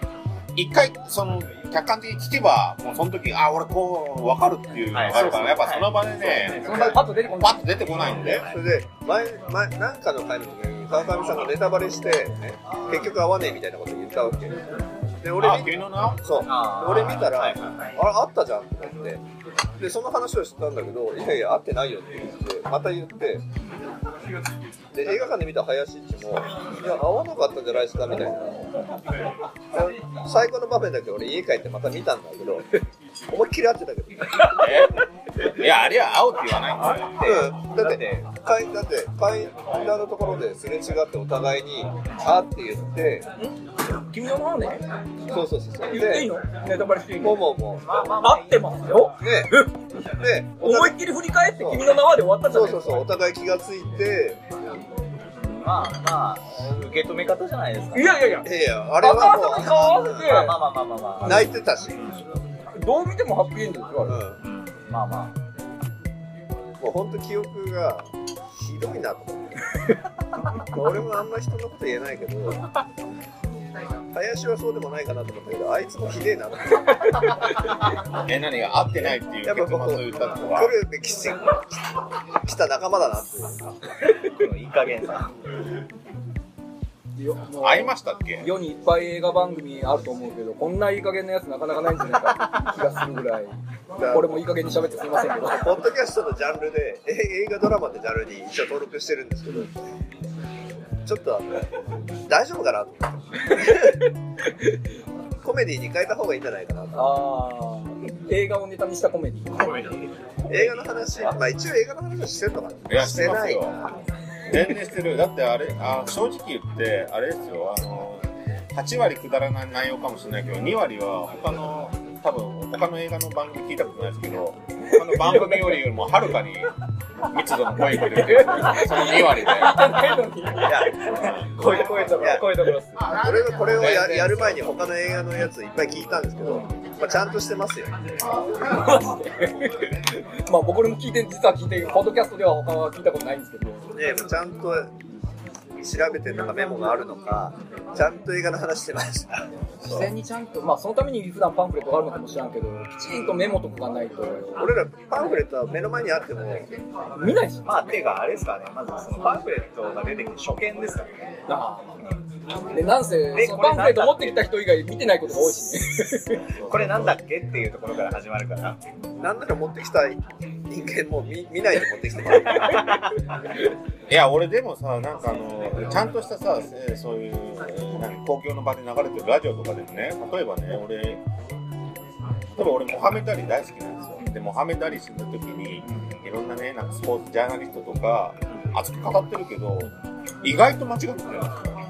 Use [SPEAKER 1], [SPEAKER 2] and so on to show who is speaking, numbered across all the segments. [SPEAKER 1] 一回、その、客観的に聞けば、もうその時、あ、俺こう、分かるっていうのがあるか
[SPEAKER 2] は
[SPEAKER 1] ら、や
[SPEAKER 2] い
[SPEAKER 1] っぱその場でね、
[SPEAKER 3] その場でパッと出てこ
[SPEAKER 1] パ
[SPEAKER 3] ない
[SPEAKER 1] ッと出てこないんで、
[SPEAKER 4] それで前前なんかの回の時に川上さんがネタバレして、ね結局会わねえみたいなこと言ったわけで俺
[SPEAKER 1] あ、
[SPEAKER 4] 見
[SPEAKER 1] 君の名
[SPEAKER 4] そう
[SPEAKER 2] あー
[SPEAKER 4] 俺見たら、
[SPEAKER 2] はいはいはい
[SPEAKER 4] あれあったじゃんって思ってでその話をしたんだけど「いやいや会ってないよ」って言ってまた言ってで映画館で見た林一も「いや会わなかったんじゃないですか」みたいな最高の場面だけど俺家帰ってまた見たんだけど思いっきり会ってたけど、
[SPEAKER 1] えいや、あれは青って言わないんですよ。
[SPEAKER 4] うん、だって階だって階段のところですれ違ってお互いに「あ」って言って
[SPEAKER 3] 君の名はね
[SPEAKER 4] そうそうそうそう
[SPEAKER 3] 言ってい
[SPEAKER 4] で
[SPEAKER 3] いのネタバレしていい
[SPEAKER 4] も
[SPEAKER 3] の
[SPEAKER 4] うもうも
[SPEAKER 3] 合ってますよ
[SPEAKER 4] うねでお
[SPEAKER 3] 思
[SPEAKER 4] 互
[SPEAKER 3] いっきり振り返って君の名はで終わったじゃ
[SPEAKER 4] そう
[SPEAKER 3] ない
[SPEAKER 4] そう
[SPEAKER 3] です
[SPEAKER 4] そうお互い気がついて
[SPEAKER 2] まあまあ、受け止め方じゃないですか、
[SPEAKER 3] かいやいやいや
[SPEAKER 4] いやいや、あれ
[SPEAKER 3] あか
[SPEAKER 4] は
[SPEAKER 3] あさに
[SPEAKER 4] も
[SPEAKER 3] 顔合わ
[SPEAKER 2] まあまあ
[SPEAKER 3] せ
[SPEAKER 2] まあまあまあまあ。
[SPEAKER 4] う泣いてたし、
[SPEAKER 3] てどう見てもハッピーエンドでしょ
[SPEAKER 4] うん、
[SPEAKER 3] あれ
[SPEAKER 4] も
[SPEAKER 2] まあま
[SPEAKER 4] う本当記憶がひどいなと思って。俺もあんま人のこと言えないけど、林はそうでもないかなと思ったけど、あいつもひでえなと思って。
[SPEAKER 1] え、何が合ってないっていう
[SPEAKER 4] やっぱ
[SPEAKER 1] 結
[SPEAKER 4] こう
[SPEAKER 1] 末を言ったのは
[SPEAKER 4] 来、るべきし来た仲間だなっていうか。
[SPEAKER 2] あ、このいい加減さ。
[SPEAKER 3] よもう
[SPEAKER 1] 会いましたっけ
[SPEAKER 3] 世にいっぱい映画番組あると思うけどこんないい加減なやつなかなかないんじゃないかって気がするぐらい俺もいい加減に喋ってすみませんけど
[SPEAKER 4] ポッドキャストのジャンルで、え映画ドラマってジャンルに一応登録してるんですけど、ちょっとあの大丈夫かなと思って。コメディに変えた方がいいんじゃないかなと。
[SPEAKER 3] ああ映画をネタにしたコメディ
[SPEAKER 4] 映画の話、まあ一応映画の話はしてんのか
[SPEAKER 1] い
[SPEAKER 4] な
[SPEAKER 1] や
[SPEAKER 4] し
[SPEAKER 1] してて
[SPEAKER 4] な
[SPEAKER 1] ます
[SPEAKER 4] い
[SPEAKER 1] よ
[SPEAKER 4] な。
[SPEAKER 1] 全然してる。だってあれ、あ正直言って、あれですよ、あの、8割くだらない内容かもしれないけど、2割は他の、多分他の映画の番組聞いたことないですけど、他の番組よりもはるかに密度の濃いこと言ってる。その2割で。
[SPEAKER 3] ないのに
[SPEAKER 4] いや、
[SPEAKER 3] 声と声と
[SPEAKER 4] いや
[SPEAKER 3] 声ところです
[SPEAKER 4] 俺はこれをややる前に他の映画のやついっぱい聞いたんですけど、まあ、ちゃんとしてますよ。
[SPEAKER 3] マジでまあ僕も聞いて実は聞いてポッドキャストでは他は聞いたことないんですけど
[SPEAKER 4] ね、ちゃんと調べてなんかメモがあるのか、ちゃんと映画の話してました。
[SPEAKER 3] 事前にちゃんとまあそのために普段パンフレットがあるのかもしれんけどきちんとメモとかがないと
[SPEAKER 4] 俺らパンフレットは目の前にあっても、
[SPEAKER 3] 見ないし
[SPEAKER 2] まあ、ていうか、あれですかね、まずそのパンフレットが出てきて初見ですからね。
[SPEAKER 3] なでなんせ
[SPEAKER 2] で
[SPEAKER 3] その
[SPEAKER 2] これ
[SPEAKER 3] パンフレット持ってきた人以外見てないことが多いしね
[SPEAKER 2] これなんだっけっていうところから始まるから。
[SPEAKER 4] なんなら持ってきた人間も見見ないで持ってきてもらう
[SPEAKER 1] いや、俺でもさ、なんかあの、ちゃんとしたさ、えーそういう、えーなんか公共の場で流れてるラジオとかでもね、例えばね、俺、例えば俺、モハメダリ大好きなんですよ。で、モハメダリ死んだ時に、いろんなね、なんかスポーツジャーナリストとか、熱く語ってるけど、意外と間違ってないんですよ。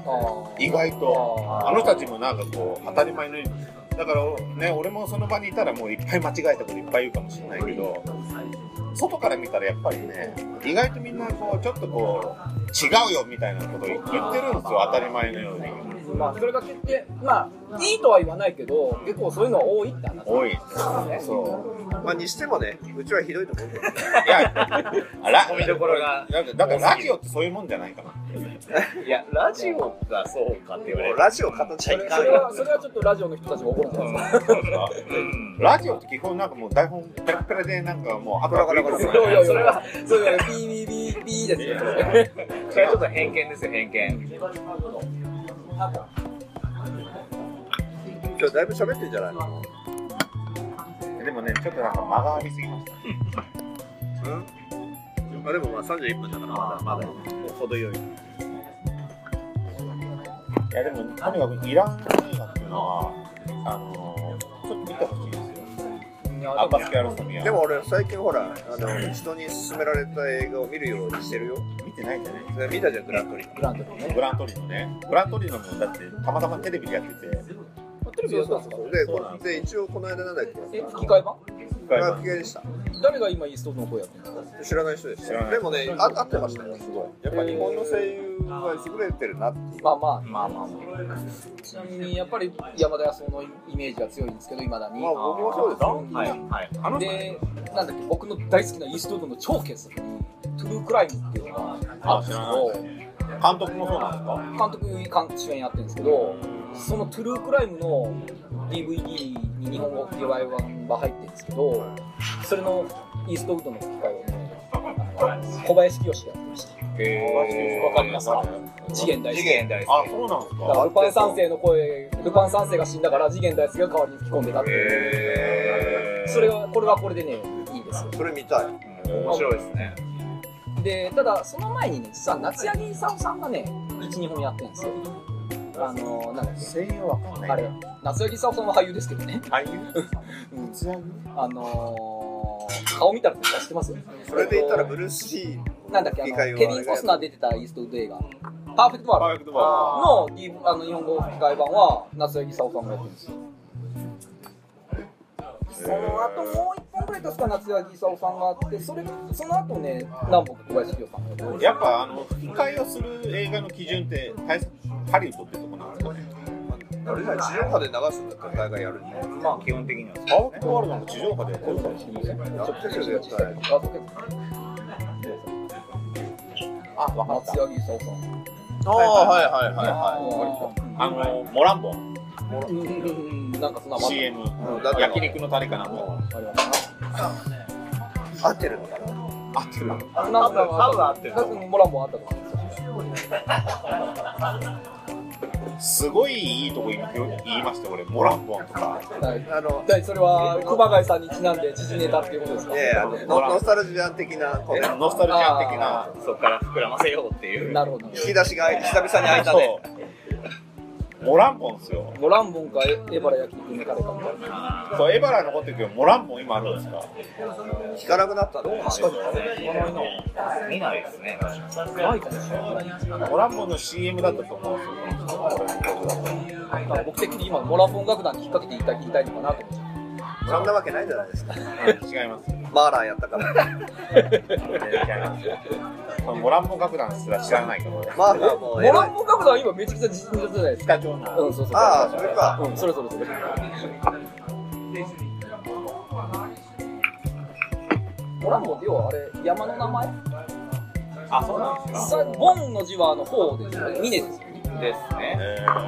[SPEAKER 3] あー
[SPEAKER 1] 意外と。あの人たちもなんかこう、当たり前のように。だからね、俺もその場にいたらもういっぱい間違えたこといっぱい言うかもしれないけど、外から見たらやっぱりね、意外とみんなこう、ちょっとこう、違うよみたいなことを言ってるんですよ、当たり前のように。
[SPEAKER 3] まあ、それが決定、まあ、いいとは言わないけど、結構そういうのは多いって話。
[SPEAKER 1] 多いですね。そう。
[SPEAKER 4] まあにしてもね、うちはひどいと思うけど、
[SPEAKER 1] いや、ラ
[SPEAKER 2] 込みどころが
[SPEAKER 1] なんかだからラジオってそういうもんじゃないかな。
[SPEAKER 2] いや、ラジオがそうかって言われ
[SPEAKER 4] もう
[SPEAKER 2] る。
[SPEAKER 4] ラジオ語っちゃ
[SPEAKER 3] そ
[SPEAKER 4] い
[SPEAKER 3] れ
[SPEAKER 4] かん
[SPEAKER 3] は、
[SPEAKER 4] よ。
[SPEAKER 3] それはちょっとラジオの人たちが怒るんじゃないですか。
[SPEAKER 2] うん
[SPEAKER 1] ラジオって基本なんかもう台本ペラペラでなんかもう、あとは
[SPEAKER 4] ペラペラペラペ
[SPEAKER 3] いやいやいや
[SPEAKER 2] それは、
[SPEAKER 3] それは、ビービービービーですよ。
[SPEAKER 2] それはちょっと偏見ですよ偏見
[SPEAKER 4] 今日だいぶ喋ってんじゃないの
[SPEAKER 1] でもね、ちょっとなんか間がありすぎました。
[SPEAKER 4] うんまあでもまあ31分だからまだまだ程よい
[SPEAKER 1] いやでも、とにかくイラン映画っていうのは、あのー、ちょっと見てほしいですよ。アッバス・キャロサミア。
[SPEAKER 4] でも、俺最近ほらあの人に勧められた映画を見るようにしてるよ
[SPEAKER 1] 見てないんじゃない
[SPEAKER 4] それ見たじゃんグランプリ
[SPEAKER 3] ブランドのね。
[SPEAKER 1] グラントリーのね。グラントリーのもだって、たまたまテレビでやってて、
[SPEAKER 3] テレビ
[SPEAKER 4] そ
[SPEAKER 3] や
[SPEAKER 4] う
[SPEAKER 3] った
[SPEAKER 4] そ
[SPEAKER 3] ん
[SPEAKER 4] う
[SPEAKER 3] で
[SPEAKER 4] そうで
[SPEAKER 3] すか
[SPEAKER 4] これで一応この間なんだっけ
[SPEAKER 3] え、吹き替え版
[SPEAKER 4] 楽器でした
[SPEAKER 3] 誰が今イーストウッドの声やってるんですか
[SPEAKER 4] 知らない人でし
[SPEAKER 1] 知らな
[SPEAKER 4] た
[SPEAKER 1] い
[SPEAKER 4] でもねあ合ってましたよすごいやっぱ日本の声優は優れてるなっていう
[SPEAKER 3] まあまあまあまあ、ちなみにやっぱり山田康夫のイメージが強いんですけどいまだに、
[SPEAKER 4] まあ僕もそうですよ
[SPEAKER 2] はいはいあの
[SPEAKER 3] でなんだっけ僕の大好きなイーストウッドの超傑作トゥルークライムっていうのがあるんです
[SPEAKER 1] 監督もそうなんで
[SPEAKER 3] けど監督主演やってるんですけどそのトゥルークライムの DVD に日本語吹き替え版が入ってるんですけどそれのイーストウッドの吹き替えをねあの小林清志がやってました
[SPEAKER 1] へ
[SPEAKER 3] わかりますか次元大
[SPEAKER 2] 次
[SPEAKER 3] 介
[SPEAKER 2] 元大
[SPEAKER 1] す
[SPEAKER 2] 好
[SPEAKER 1] かあ、そうなんです
[SPEAKER 3] だから
[SPEAKER 1] か
[SPEAKER 3] ルパン三世の声、ルパン三世が死んだから次元大介が代わりに吹き込んでたっていう、
[SPEAKER 1] へ
[SPEAKER 3] それはこれはこれでね、いいんですよ。
[SPEAKER 4] それ見たい
[SPEAKER 2] き面白いですね
[SPEAKER 3] で、ただその前にね、実は夏柳功さんがね、1、2本やってるんですよ。あの、なんだっ
[SPEAKER 1] 声優わかん
[SPEAKER 3] け、
[SPEAKER 1] ない。
[SPEAKER 3] あれ、夏柳功さんは俳優ですけどね、
[SPEAKER 1] 俳優
[SPEAKER 3] うん
[SPEAKER 1] 実は
[SPEAKER 3] あのー、顔見たら絶対知ってますよ。
[SPEAKER 4] それで言ったらブルース・リー
[SPEAKER 3] なんだっけ、あの
[SPEAKER 4] 吹き替え
[SPEAKER 3] ケ
[SPEAKER 4] を
[SPEAKER 3] ビン・コスナー出てたイーストウッド映画、パーフェクトワールド。
[SPEAKER 1] クトバ
[SPEAKER 3] のリーあの日本語吹き替え版は夏柳沙央さんがやってるんですよその後もう一本ぐらい確か夏柳沙央さんがあってそれその後ね南北小林清さんがやってる
[SPEAKER 1] やっぱ、あの、吹き替えをする映画の基準って、大作ハリウッドってとこなんですかね。
[SPEAKER 4] 俺ら地上波で流すんだったら大概やるんだよ
[SPEAKER 2] まあ基本的には
[SPEAKER 1] パーフェクトワールドも地上波でやってるかもしれません。
[SPEAKER 4] やってるよ絶対
[SPEAKER 3] あそうか
[SPEAKER 1] あ、わかった
[SPEAKER 3] 夏。柳沙央さん
[SPEAKER 1] ああ、はいはいはい
[SPEAKER 3] あ
[SPEAKER 1] あの、モランボ
[SPEAKER 3] ーうんうんうんなんかそんな
[SPEAKER 1] CM、
[SPEAKER 4] んだって
[SPEAKER 1] 焼肉のタレかなんか。
[SPEAKER 3] あります
[SPEAKER 4] 合ってるのかな
[SPEAKER 1] 合ってる。
[SPEAKER 3] ななんか
[SPEAKER 2] 多分合ってる
[SPEAKER 3] 確かにモランボンあったと思うんですよ
[SPEAKER 1] すごいいいとこ言い言いましたよ、俺、モランボンとか。
[SPEAKER 3] はい
[SPEAKER 4] あの
[SPEAKER 3] だいそれは熊谷さんにちなんで縮ネタっていうことですか
[SPEAKER 4] いやいやノノスタルジアン的なこうね
[SPEAKER 1] ノスタルジアン的な。
[SPEAKER 2] そこから膨らませようっていう
[SPEAKER 3] なるほど
[SPEAKER 4] 引き出しが開いて久々に開いたね
[SPEAKER 1] そうモランボンですよ。
[SPEAKER 3] モランボンかエエバラ焼肉のタレかみたいな
[SPEAKER 1] そう、エバラ残ってるけど、モランボン今あるんですか。
[SPEAKER 4] 聞かなくなったね
[SPEAKER 3] 確かに聞かない
[SPEAKER 2] 見ないですね
[SPEAKER 3] な。ないかもしれない。
[SPEAKER 1] モランボンの CM だったと思うんですよ。この曲だと
[SPEAKER 3] だから僕的に今、モラフォン楽団に引っ掛けて言いたい言いたいのかなと思って。
[SPEAKER 4] そんなわけないじゃないですか
[SPEAKER 1] 違います。
[SPEAKER 4] マーラーやったから
[SPEAKER 1] 違います。このモランボン楽団すら知らないけど、俺
[SPEAKER 4] マーラーも
[SPEAKER 3] モ
[SPEAKER 4] う偉い
[SPEAKER 3] ラフォン楽団は今めちゃくちゃ自信じゃないですか。
[SPEAKER 1] 北朝鮮。
[SPEAKER 3] うん、そうそう。
[SPEAKER 4] ああそれか
[SPEAKER 3] うん、それそれそれ。モランボンって要はあれ、山の名前
[SPEAKER 2] あそうなんです
[SPEAKER 3] さボンの字はあの、方ですよね。峰ですよね。
[SPEAKER 2] かですね
[SPEAKER 1] え
[SPEAKER 3] だから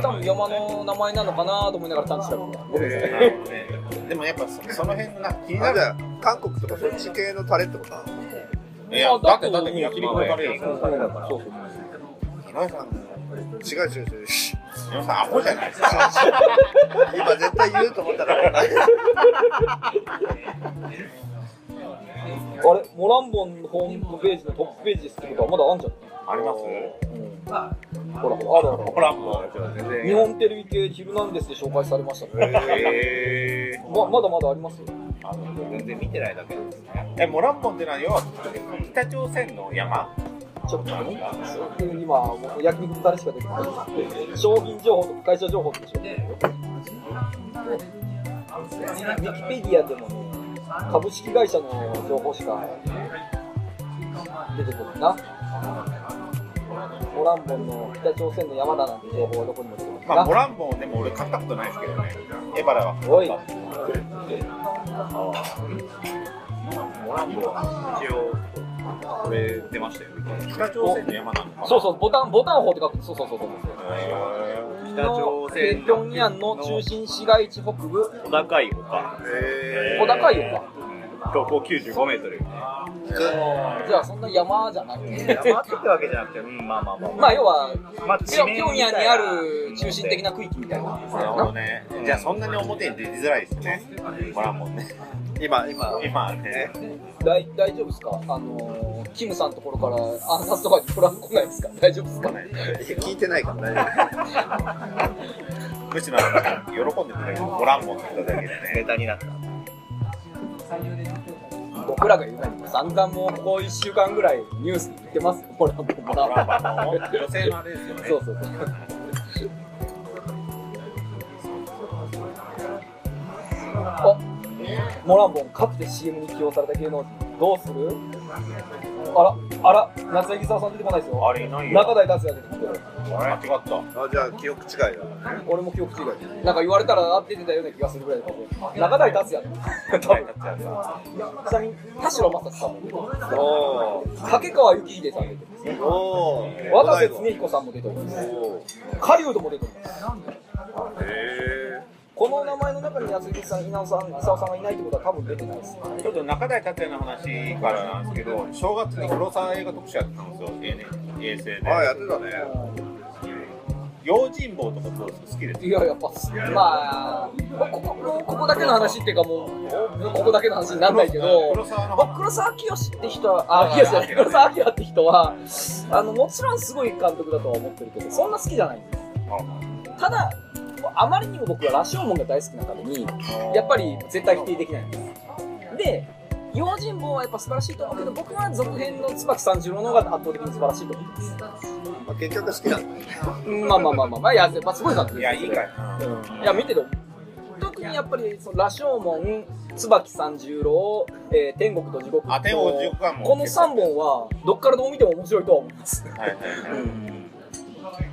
[SPEAKER 3] 多分山の名前なのかなと思いながら探してたけど。ごめんなさい。
[SPEAKER 1] ーでもやっぱそその辺のな気にな
[SPEAKER 4] あ
[SPEAKER 1] る
[SPEAKER 4] じゃあ韓国とかそっち系のタレってことなの
[SPEAKER 1] いや、だって、だって、焼肉のタレです
[SPEAKER 3] そう
[SPEAKER 1] よ。
[SPEAKER 3] そうそう。
[SPEAKER 1] 井上さん、
[SPEAKER 4] 違う違う違う
[SPEAKER 1] 井上さん、アホじゃないですか。
[SPEAKER 4] 今絶対言うと思った から
[SPEAKER 3] あれ、モランボンのホームページのトップページですってことはまだあんじゃん。
[SPEAKER 1] あります
[SPEAKER 3] ほらほら、あるある。
[SPEAKER 1] ほら、もう。
[SPEAKER 3] 日本テレビ系「ヒルナンデス」で紹介されましたね、
[SPEAKER 2] へえ
[SPEAKER 3] ままだまだありますよ
[SPEAKER 1] あの
[SPEAKER 2] 全然見てないだけですね
[SPEAKER 1] え、モランボンってのは、要は北朝鮮の山。
[SPEAKER 3] ちょっとね今もう焼肉のタレしか出てない商品情報とか会社情報でしょウィキペディアでもね株式会社の情報しか出てくるなモランボンの北朝鮮の山だなんて情報はどこにも出てくる
[SPEAKER 1] まあ、モ
[SPEAKER 3] な
[SPEAKER 1] ランボン、でも、俺、買ったことないですけどね。エバラは。
[SPEAKER 3] おい
[SPEAKER 2] モランボは一応これ出ましたよ
[SPEAKER 1] 北朝鮮の山なのかな。
[SPEAKER 3] そうそうボタンボタン法って書くそうそうそうそうそう
[SPEAKER 1] へー
[SPEAKER 2] 北朝鮮の
[SPEAKER 3] 平壌の中心市街地北部
[SPEAKER 2] 小高い丘
[SPEAKER 3] 小高いよか
[SPEAKER 2] 標高95メートル。
[SPEAKER 3] じゃあそんな山じゃなくて。
[SPEAKER 2] 山ってわけじゃなくて、うん、まあまあまあ。
[SPEAKER 3] まあ要は、
[SPEAKER 2] まあ
[SPEAKER 3] ピョンピョンヤにある中心的な区域みたいな。
[SPEAKER 1] なるほどね。じゃあそんなに表に出づらいですね。もらうもんね。
[SPEAKER 4] 今、今、
[SPEAKER 1] 今ね。
[SPEAKER 3] 大大丈夫ですかあのー、キムさんのところから暗殺とかにトラン来ないですか大丈夫ですか
[SPEAKER 4] 聞いてないから大丈
[SPEAKER 1] むしろなんか喜んでくれるもらうもんって言っただけでね。
[SPEAKER 2] ネタになった。
[SPEAKER 3] 僕らが言うなりも散々もうここ1週間ぐらいニュースに言ってますよ。ほら、もうも
[SPEAKER 1] もらう
[SPEAKER 3] ら
[SPEAKER 1] もん女性のあれですよね。
[SPEAKER 3] そうそうそう。あモランボン、かつて CM に起用された芸能人、どうするあら、あら、夏柳沢さん出てこないですよ。
[SPEAKER 1] あれいないよ。
[SPEAKER 3] 中台達也出てきてる。
[SPEAKER 1] 間違った。
[SPEAKER 4] 夫。あじゃあ、記憶違いだ。
[SPEAKER 3] 俺も記憶違い。なんか言われたら出てたような気がするぐらいだけど。中台達也。多分。ちなみに、田代正樹さんも出てます。
[SPEAKER 4] お
[SPEAKER 3] 掛川幸秀さんも出てます。
[SPEAKER 4] ー。おー。
[SPEAKER 3] 渡瀬恒彦さんも出ております。
[SPEAKER 4] おー。
[SPEAKER 3] 狩人も出ております。
[SPEAKER 4] へ
[SPEAKER 3] この名前の中に安井さん、稲尾さん、伊沢さんがいないってことは多分出てないです。
[SPEAKER 1] ちょっと中台達也の話からなんですけど、正月に黒沢映画特集やってたんですよ、AN 衛星で。
[SPEAKER 4] ー。あ、やってたね。
[SPEAKER 1] 用心棒とかどうですか好きです
[SPEAKER 3] いや、やっぱ、まあ、ここもうここだけの話っていうか、もう、もうここだけの話にならないけど、
[SPEAKER 1] 黒沢の
[SPEAKER 3] 僕黒沢清って人は、あ、清じゃない、黒沢明って人は、あの、もちろんすごい監督だとは思ってるけど、そんな好きじゃないんです。ただ、あまりにも僕は羅生門が大好きなために、やっぱり絶対否定できないんです。で、用心棒はやっぱ素晴らしいと思うけど、僕は続編の椿三十郎の方が圧倒的に素晴らしいと思ってます。
[SPEAKER 4] まあ、結局好きなんだね。
[SPEAKER 3] うんまあまあまあまあ、まあ、いや、まあ、すごい監督です
[SPEAKER 1] いや、いいかい。
[SPEAKER 3] うんいや見てる特にやっぱりその羅生門椿三十郎、えー天国と地獄と
[SPEAKER 1] あ天国と地獄はもう
[SPEAKER 3] この3本はどっからどう見ても面白いとは思います
[SPEAKER 1] はいはいはい。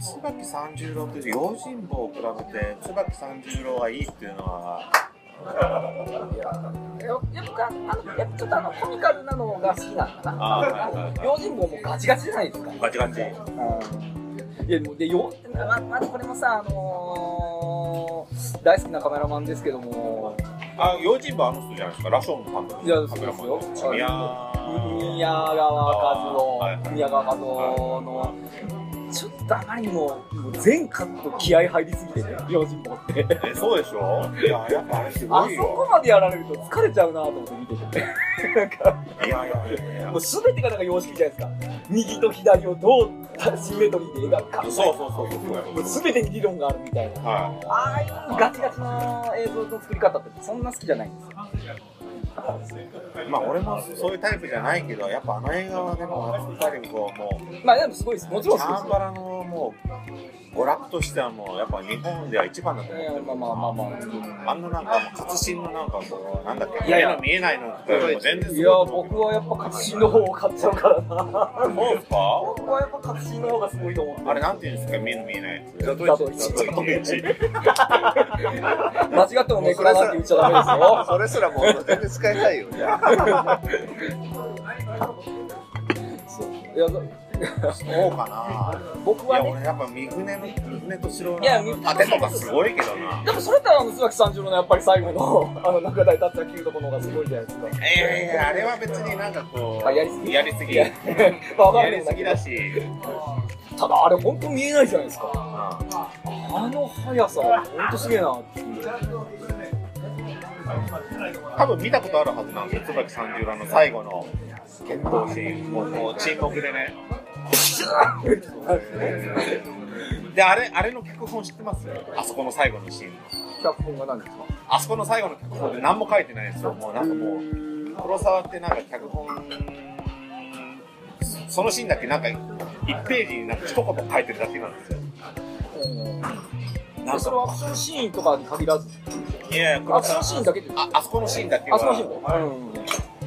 [SPEAKER 1] 椿三十郎と用心棒を比べて椿三十郎がいいっていうのは、
[SPEAKER 3] いや僕はあのやっぱちょっとあのコミカルなのが好きなんだな
[SPEAKER 1] あーはいはいはい
[SPEAKER 3] 用心棒もガチガチじゃないですか
[SPEAKER 1] ガチガチ。
[SPEAKER 3] いやでもでよままこれもさあのー大好きなカメラマンですけども
[SPEAKER 1] あ、用心棒あの人じゃないですか、ラションの監督。
[SPEAKER 3] いやそうですよ
[SPEAKER 1] いやー
[SPEAKER 3] 宮川
[SPEAKER 1] は
[SPEAKER 3] 和
[SPEAKER 1] い
[SPEAKER 3] 夫、
[SPEAKER 1] はい
[SPEAKER 3] 宮川和夫の、ちょっとあまりにも、もう全カット気合入りすぎてね、用心棒って。
[SPEAKER 1] え、そうでしょいや、やっぱあれす
[SPEAKER 3] あ
[SPEAKER 1] ごい
[SPEAKER 3] そこ
[SPEAKER 1] よ。
[SPEAKER 3] までやられると疲れちゃうなと思って見てて、なんか、
[SPEAKER 1] いやいやいやいや
[SPEAKER 3] もう。すべてがなんか様式じゃないですか。右と左をどうシンメトリーで描くか
[SPEAKER 1] そう。そうそうそう。
[SPEAKER 3] すべてに理論があるみたいな。
[SPEAKER 1] は
[SPEAKER 3] ああいうガチガチの映像の作り方ってそんな好きじゃないんですよ。
[SPEAKER 1] い。まあ、俺もそういうタイプじゃないけど、やっぱあの映画はでも、やっぱりこう、もう。
[SPEAKER 3] まあでもすごいです。もちろんす
[SPEAKER 1] チ
[SPEAKER 3] ごいです
[SPEAKER 1] ャン。バラのもう娯楽としてはもうやっぱ日本では一番だと思う。
[SPEAKER 3] えーまあまあまあまあ。
[SPEAKER 1] あのなんかもう活心のなんかこうなんだっけ
[SPEAKER 3] いやいや
[SPEAKER 1] 目の見えないのとかよりも全然
[SPEAKER 3] い
[SPEAKER 1] す
[SPEAKER 3] や
[SPEAKER 1] ごいと思う
[SPEAKER 3] 僕はやっぱ勝新の方を買っちゃうからな
[SPEAKER 1] そうですか
[SPEAKER 3] 僕はやっぱ勝新の方がすごいと思って
[SPEAKER 1] あれなんていうんですか目の見えないやつ
[SPEAKER 4] じゃあ、
[SPEAKER 3] だ
[SPEAKER 4] ど
[SPEAKER 3] と
[SPEAKER 4] う
[SPEAKER 3] 一
[SPEAKER 4] し
[SPEAKER 3] 間違ってもめくらなんて言っちゃダメですよ
[SPEAKER 4] それすらもう全然使えないよ。
[SPEAKER 3] いやだ
[SPEAKER 1] そうか
[SPEAKER 3] 僕
[SPEAKER 1] な
[SPEAKER 3] はい
[SPEAKER 1] や
[SPEAKER 3] ね
[SPEAKER 1] 俺やっぱ三船の三船敏郎
[SPEAKER 3] いや三
[SPEAKER 1] の
[SPEAKER 3] 船
[SPEAKER 1] あてとかすごいけどな
[SPEAKER 3] でもそれってあの椿三十郎のやっぱり最後のあの中台達也切るとこの方がすごいじゃないですか
[SPEAKER 1] いやいやいやあれは別になんかこう
[SPEAKER 3] あやりすぎ
[SPEAKER 1] やりすぎ
[SPEAKER 3] いや
[SPEAKER 1] や
[SPEAKER 3] まあわかる
[SPEAKER 1] り
[SPEAKER 3] んだ
[SPEAKER 1] す
[SPEAKER 3] け
[SPEAKER 1] ぎ
[SPEAKER 3] ど
[SPEAKER 1] だし、
[SPEAKER 3] ただあれ本当見えないじゃないですか
[SPEAKER 1] あ
[SPEAKER 3] あの速さは本当すげえなっていう
[SPEAKER 1] 多分見たことあるはずなんですよ椿三十郎の最後の決闘シーンもうもう沈黙で ねであれあれの脚本知ってますあそこの最後のシーン
[SPEAKER 3] 脚本が何ですか
[SPEAKER 1] あそこの最後の脚本で何も書いてないんですよもうなんかもう黒沢ってなんか脚本そのシーンだけなんか1ページになんか一言書いてるだけなんですよなん
[SPEAKER 3] それはア
[SPEAKER 1] か
[SPEAKER 3] クションシーンとかに限らず
[SPEAKER 1] いやいや
[SPEAKER 3] ア
[SPEAKER 1] 黒
[SPEAKER 3] クション
[SPEAKER 1] 沢
[SPEAKER 3] シーンだけです
[SPEAKER 1] ああそこのシーンだけ
[SPEAKER 3] あそうなん
[SPEAKER 1] は
[SPEAKER 3] だう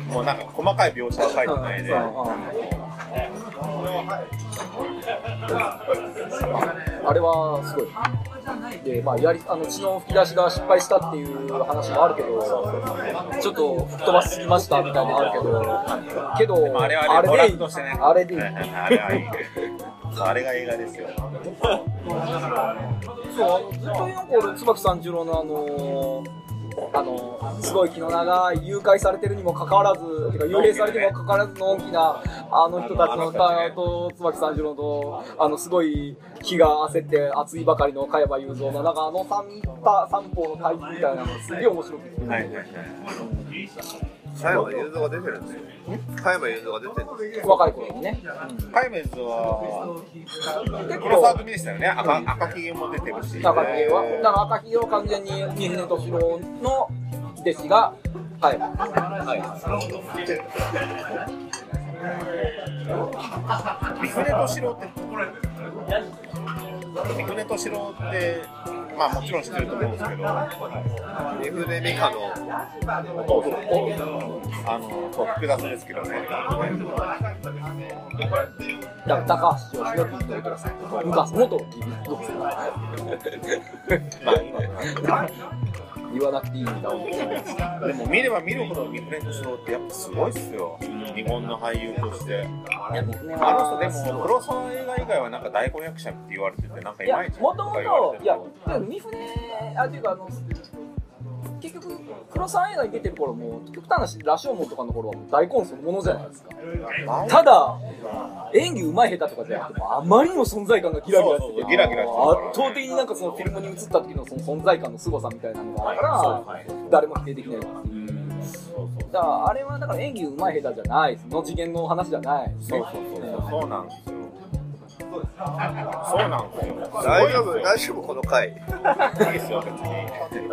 [SPEAKER 3] ん
[SPEAKER 1] もうなんか細かい描写は書いてないで
[SPEAKER 3] あれはすごい。で、まあ、やりあの血の吹き出しが失敗したっていう話もあるけど、ちょっと吹っ飛ばしすぎましたみたいなのあるけど、け
[SPEAKER 1] で
[SPEAKER 3] ど、
[SPEAKER 1] もあれはあれ
[SPEAKER 3] で
[SPEAKER 1] 娯楽としてね
[SPEAKER 3] あれでいい
[SPEAKER 1] はいはいはいあれはいいそうあれが映画ですよ
[SPEAKER 3] そう、あのずっとなんか俺、椿三十郎のあのーあのすごい気の長い誘拐されてるにもかかわらずてか幽霊されてるにもかかわらずの大きなあの人たちの歌と椿三十郎とあのすごい気が焦って熱いばかりの加山雄三のなんかあの三た三方の対比みたいなのがすげえ面白くて、
[SPEAKER 1] はいはいはい。
[SPEAKER 4] 加山雄三が出てるんですよ。加山雄三が出てるんですよ。
[SPEAKER 3] 若い頃にね、
[SPEAKER 1] カイメンズは、
[SPEAKER 3] 結
[SPEAKER 1] 黒沢
[SPEAKER 3] 構
[SPEAKER 1] 組でしたよね。赤赤ひげも出てるし。
[SPEAKER 3] 赤ひげは、だから赤ひげを完全に三船敏郎の弟子が、はい、
[SPEAKER 1] 三船敏郎って三船敏郎ってまあもちろん知ってると思うんですけど
[SPEAKER 4] 三船美香の
[SPEAKER 1] あのそう複雑ですけどね
[SPEAKER 3] だから高橋洋志が聞いてください。昔、元ギビどうですか言わなくていいんだろう
[SPEAKER 1] でも見れば見るほど三船敏郎ってやっぱすごいっすよ日本の俳優として
[SPEAKER 3] いや、僕ね、
[SPEAKER 1] あの人でも黒沢映画以外はなんか大婚約者って言われててなんか
[SPEAKER 3] い
[SPEAKER 1] い
[SPEAKER 3] や
[SPEAKER 1] まいち、と
[SPEAKER 3] もと
[SPEAKER 1] か
[SPEAKER 3] も
[SPEAKER 1] 言わ
[SPEAKER 3] と
[SPEAKER 1] れ、て
[SPEAKER 3] い
[SPEAKER 1] る
[SPEAKER 3] や、三船、あ、っていうか、あの、結局、黒沢映画に出てる頃も、極端な話、羅生門とかの頃はもう大根そのものじゃないですか。ただ、演技うまい下手とかじゃなくて、もうあまりにも存在感がギラギラして
[SPEAKER 1] そう
[SPEAKER 3] て
[SPEAKER 1] そう、ギラギラしてるからね
[SPEAKER 3] 圧倒的になんかそのフィルムに映った時のその存在感の凄さみたいなのがあるから、誰も否定できないっていう。だから、あれはだから演技うまい下手じゃないです。の次元の話じゃないです
[SPEAKER 1] そう
[SPEAKER 3] ね。
[SPEAKER 1] そうそうそうそうなんですよ
[SPEAKER 4] 大丈夫
[SPEAKER 1] そうなんですよすごいですよ
[SPEAKER 4] 大丈夫この回。
[SPEAKER 1] いいですよ別に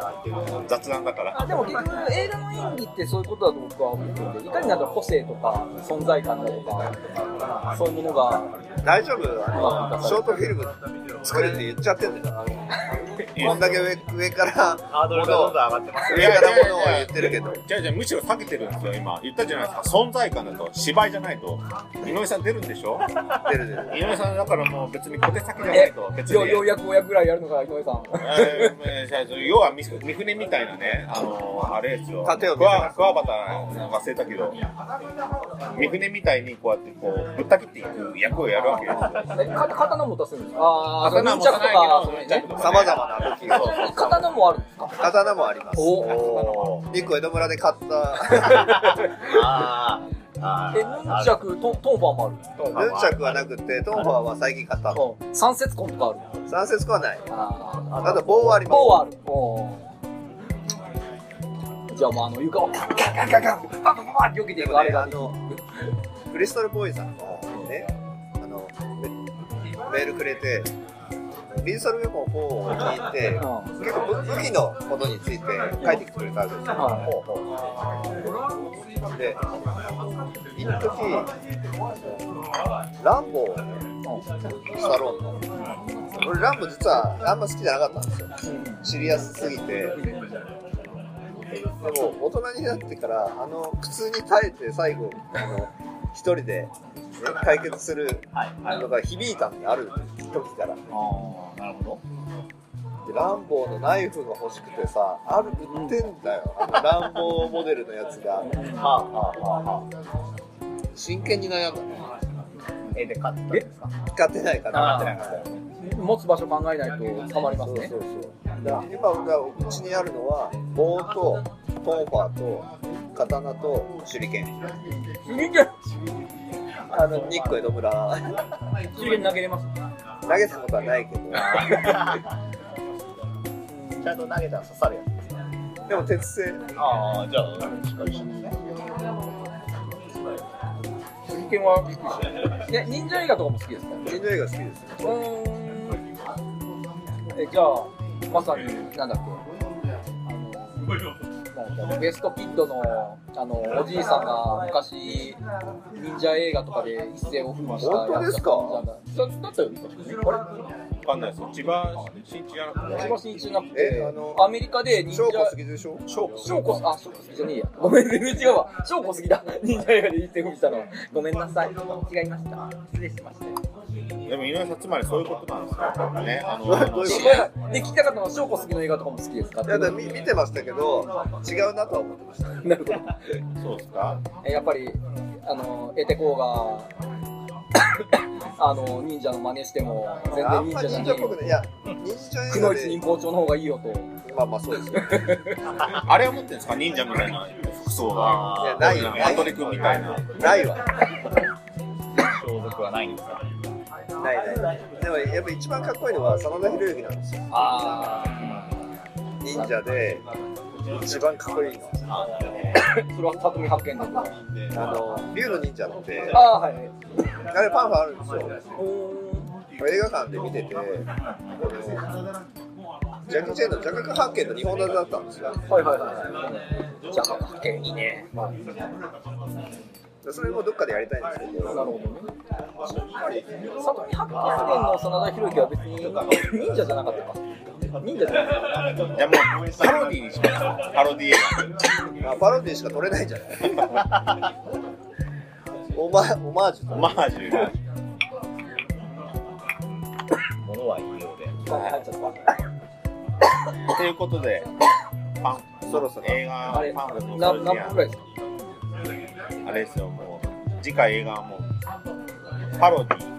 [SPEAKER 1] 雑談だから
[SPEAKER 3] あでも結局映画の演技ってそういうことだと僕は思ってていかになんか個性とか存在感だとかそういうものが
[SPEAKER 4] 大丈夫あのショートフィルム作るって言っちゃってんだよ。こんだけ上上から
[SPEAKER 2] ハードルがどんどん上がってます
[SPEAKER 1] い
[SPEAKER 4] 上
[SPEAKER 1] やい
[SPEAKER 4] か
[SPEAKER 1] や
[SPEAKER 4] らものを言ってるけど。
[SPEAKER 1] じゃあじゃあむしろ避けてるんですよ今言ったじゃないですか存在感だと芝居じゃないと井上さん出るんでしょ
[SPEAKER 4] 出る出る。
[SPEAKER 1] 井上さんだからもう別に小手先じゃな
[SPEAKER 3] え
[SPEAKER 1] いと別
[SPEAKER 3] よ
[SPEAKER 1] に
[SPEAKER 3] ようやくお役ぐらいやるのか井上さん
[SPEAKER 1] えーえーじゃあ要は三船みたいなね、あのーあれですよ、
[SPEAKER 4] 盾を
[SPEAKER 1] クワクワバタ忘れたけど、三船みたいにこうやってこうぶった切っていく役をやるわけですよ。
[SPEAKER 3] えか刀持たせるんですかああ
[SPEAKER 1] 刀
[SPEAKER 3] その
[SPEAKER 1] もさ
[SPEAKER 3] と
[SPEAKER 1] ない
[SPEAKER 3] かそういう
[SPEAKER 1] けど、
[SPEAKER 3] ね
[SPEAKER 1] とかね
[SPEAKER 4] さまざまな武器を。
[SPEAKER 3] 刀もあるんですか
[SPEAKER 4] 刀もあります。
[SPEAKER 3] お
[SPEAKER 1] おー
[SPEAKER 4] 一個江戸村で買った。
[SPEAKER 2] あーあ
[SPEAKER 3] え
[SPEAKER 2] ー
[SPEAKER 3] ヌンチャクトントンファーもあるんですか
[SPEAKER 4] ヌンチャクはなくて、トンファーは最近買ったの。
[SPEAKER 3] うん三節痕とかある
[SPEAKER 4] 三節庫はない。
[SPEAKER 3] あ
[SPEAKER 4] あと棒はあり
[SPEAKER 3] ー
[SPEAKER 4] ます。
[SPEAKER 3] 棒はあるおーじゃあもうあの床をガンガンガンガンガンバンバンバンって避けていくあれが
[SPEAKER 4] あのクリストルボーイさんがね、あのメメールくれて、ビーソルウェポン4を聞いて、
[SPEAKER 3] う
[SPEAKER 4] 結構武武器のことについて書いてきてくれたんですよ。
[SPEAKER 3] はい
[SPEAKER 4] で、一時ランボ
[SPEAKER 3] うん
[SPEAKER 4] ー、スタローンの。俺、ランボー実はあんま好きじゃなかったんですよ。シリアスすぎて。でも、大人になってから、あの、苦痛に耐えて最後、あの、一人で解決する
[SPEAKER 2] はいはい
[SPEAKER 4] のが響いたんで、ある時から。
[SPEAKER 2] あーなるほど
[SPEAKER 4] でランボーのナイフが欲しくてさある売ってんだよ、あのランボーモデルのやつが
[SPEAKER 2] はあはあはあはあ
[SPEAKER 4] 真剣に悩んだね
[SPEAKER 2] えで買ったんですか
[SPEAKER 4] 使ってないか
[SPEAKER 2] あー買ってな
[SPEAKER 4] ら
[SPEAKER 3] 持つ場所考えないと捕まりま
[SPEAKER 4] そ
[SPEAKER 3] す
[SPEAKER 4] うそう
[SPEAKER 3] ね
[SPEAKER 4] そうだから今がうちにあるのは棒とトンファーと刀と手裏剣
[SPEAKER 3] 手裏剣
[SPEAKER 4] あの日光江戸村
[SPEAKER 3] 手裏剣投げれます
[SPEAKER 4] 投げたことはないけど
[SPEAKER 2] ちゃんと投げたら刺さるやつですね
[SPEAKER 4] でも鉄製
[SPEAKER 2] ああじゃあしっかりしてますね
[SPEAKER 3] 手裏剣はびっくりしたで忍者映画とかも好きですかう
[SPEAKER 4] 人類映画好きですよ
[SPEAKER 3] ーんえじゃあまさになんだっけあのなんだベストキッドのあのおじいさんが昔忍者映画とかで一世を風靡したやつ
[SPEAKER 4] 本当ですか
[SPEAKER 3] だだだったよね確かねあれ
[SPEAKER 1] わかんないですよ。千葉新地じゃなく
[SPEAKER 3] 千
[SPEAKER 1] て
[SPEAKER 3] 葉真一じゃなく
[SPEAKER 4] え
[SPEAKER 3] て
[SPEAKER 4] あの
[SPEAKER 3] アメリカで忍者
[SPEAKER 4] 翔子好きでしょ
[SPEAKER 1] 翔子
[SPEAKER 3] 翔子、あ、翔子好きじゃねえや。ごめん、全然違うわ。翔子好きだ。忍者映画で一点踏みしたの。ごめんなさい。違いました。失礼しました。
[SPEAKER 1] でも井上さんつまりそういうことなんですよ。ね、あ
[SPEAKER 4] どういう
[SPEAKER 1] の
[SPEAKER 4] こと
[SPEAKER 3] で、聞きたかったのは、翔子好きの映画とかも好きですか
[SPEAKER 4] いやだから見見てましたけど違うなとは思ってました
[SPEAKER 3] なるほど。
[SPEAKER 1] そうですか。
[SPEAKER 3] えやっぱり、あの、エテコーが、あの忍者の真似しても全然
[SPEAKER 4] あん
[SPEAKER 3] 忍
[SPEAKER 4] ま
[SPEAKER 3] 者じゃ
[SPEAKER 4] 忍者
[SPEAKER 3] な
[SPEAKER 4] っ
[SPEAKER 3] い
[SPEAKER 4] ぽくない。いや、忍者
[SPEAKER 3] く
[SPEAKER 4] 映
[SPEAKER 3] の
[SPEAKER 4] 画
[SPEAKER 3] いち忍
[SPEAKER 4] で、
[SPEAKER 3] 法帳の方がいいよと
[SPEAKER 4] まあまあそうですよ。
[SPEAKER 1] あれは持ってるんですか忍者みたいな服装が。
[SPEAKER 4] いやないよ
[SPEAKER 1] マトリ君みたいな。
[SPEAKER 4] ないわ。
[SPEAKER 2] 装束はないんですか
[SPEAKER 4] ないないない。でもやっぱ一番かっこいいのは真田広之なんですよ。
[SPEAKER 3] あ
[SPEAKER 4] 忍者で、一番かっこいいの。
[SPEAKER 3] あそれは匠発見だと
[SPEAKER 4] あの、竜の忍者って、
[SPEAKER 3] ああはい
[SPEAKER 4] あれパンフあるんですよ。
[SPEAKER 3] うーん
[SPEAKER 4] 映画館で見てて、あのジャック・チェンのジャック・ハッケンの日本立てだったんですよ。
[SPEAKER 3] はいはいはいじゃあ発見いいね、まあ、なる
[SPEAKER 4] それもどっかでやりたいんですけど、
[SPEAKER 3] ほどねやっぱり里見八景伝の真田広之は別に忍者じゃなかったか忍者じゃなかった
[SPEAKER 1] じゃあもうパロディにします。パロディ映
[SPEAKER 4] まあ、パロディしか撮れないんじゃないオマオマージュ
[SPEAKER 1] 画。
[SPEAKER 4] と
[SPEAKER 1] マージュが。
[SPEAKER 2] ものは言いようで。
[SPEAKER 3] 入っちゃった
[SPEAKER 1] ということで、パン、
[SPEAKER 4] そろそろ
[SPEAKER 1] 映画
[SPEAKER 3] あれ
[SPEAKER 1] パンフレット
[SPEAKER 3] な
[SPEAKER 1] の
[SPEAKER 3] 何分くらいですか
[SPEAKER 1] あれですよ、もう、次回映画はもう、パロディ。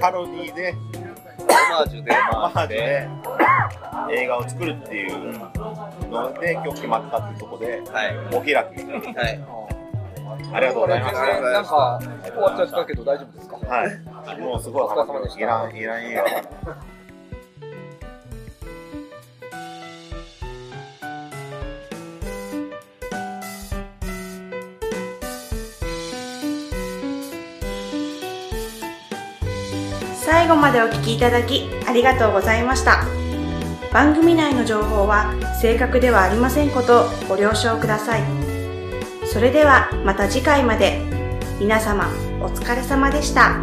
[SPEAKER 1] パロディで、
[SPEAKER 4] オマージュで、
[SPEAKER 1] マージュで、映画を作るっていうので、今日決まったってとこで、
[SPEAKER 4] はい、
[SPEAKER 1] お開き。あ
[SPEAKER 4] はい、
[SPEAKER 1] りがとうございま
[SPEAKER 3] 全
[SPEAKER 1] し
[SPEAKER 4] ありがとうご
[SPEAKER 3] 然
[SPEAKER 4] ざい
[SPEAKER 3] な
[SPEAKER 4] ま
[SPEAKER 3] ん
[SPEAKER 4] す
[SPEAKER 3] か終わっちゃったけど大丈夫ですか
[SPEAKER 1] た。はい。もうすごい話がいらん、いらん映画だな。
[SPEAKER 5] 最後までお聞きいただきありがとうございました番組内の情報は正確ではありませんことをご了承くださいそれではまた次回まで皆様お疲れ様でした。